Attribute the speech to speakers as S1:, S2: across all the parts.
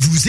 S1: Vous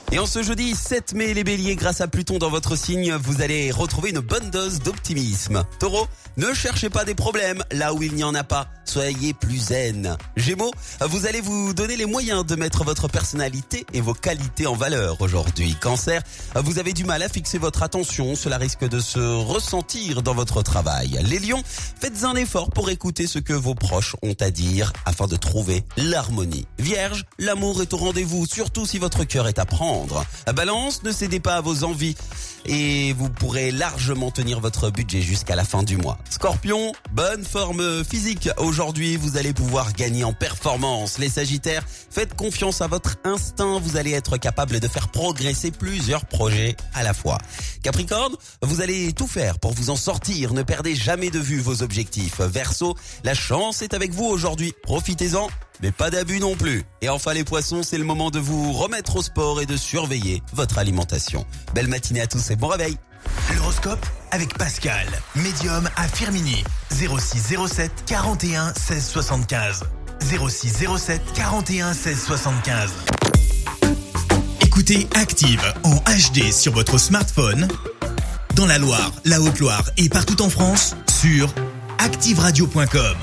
S2: Et en ce jeudi 7 mai, les béliers, grâce à Pluton dans votre signe, vous allez retrouver une bonne dose d'optimisme. Taureau, ne cherchez pas des problèmes là où il n'y en a pas. Soyez plus zen. Gémeaux, vous allez vous donner les moyens de mettre votre personnalité et vos qualités en valeur aujourd'hui. Cancer, vous avez du mal à fixer votre attention. Cela risque de se ressentir dans votre travail. Les lions, faites un effort pour écouter ce que vos proches ont à dire afin de trouver l'harmonie. Vierge, l'amour est au rendez-vous, surtout si votre cœur est à prendre. À Balance, ne cédez pas à vos envies et vous pourrez largement tenir votre budget jusqu'à la fin du mois. Scorpion, bonne forme physique. Aujourd'hui, vous allez pouvoir gagner en performance. Les Sagittaires, faites confiance à votre instinct. Vous allez être capable de faire progresser plusieurs projets à la fois. Capricorne, vous allez tout faire pour vous en sortir. Ne perdez jamais de vue vos objectifs. Verseau, la chance est avec vous aujourd'hui. Profitez-en mais pas d'abus non plus. Et enfin les poissons, c'est le moment de vous remettre au sport et de surveiller votre alimentation. Belle matinée à tous et bon réveil.
S1: L'horoscope avec Pascal, médium à Firmini. 0607 41 16 75. 0607 41 16 75. Écoutez Active en HD sur votre smartphone, dans la Loire, la Haute-Loire et partout en France, sur activeradio.com.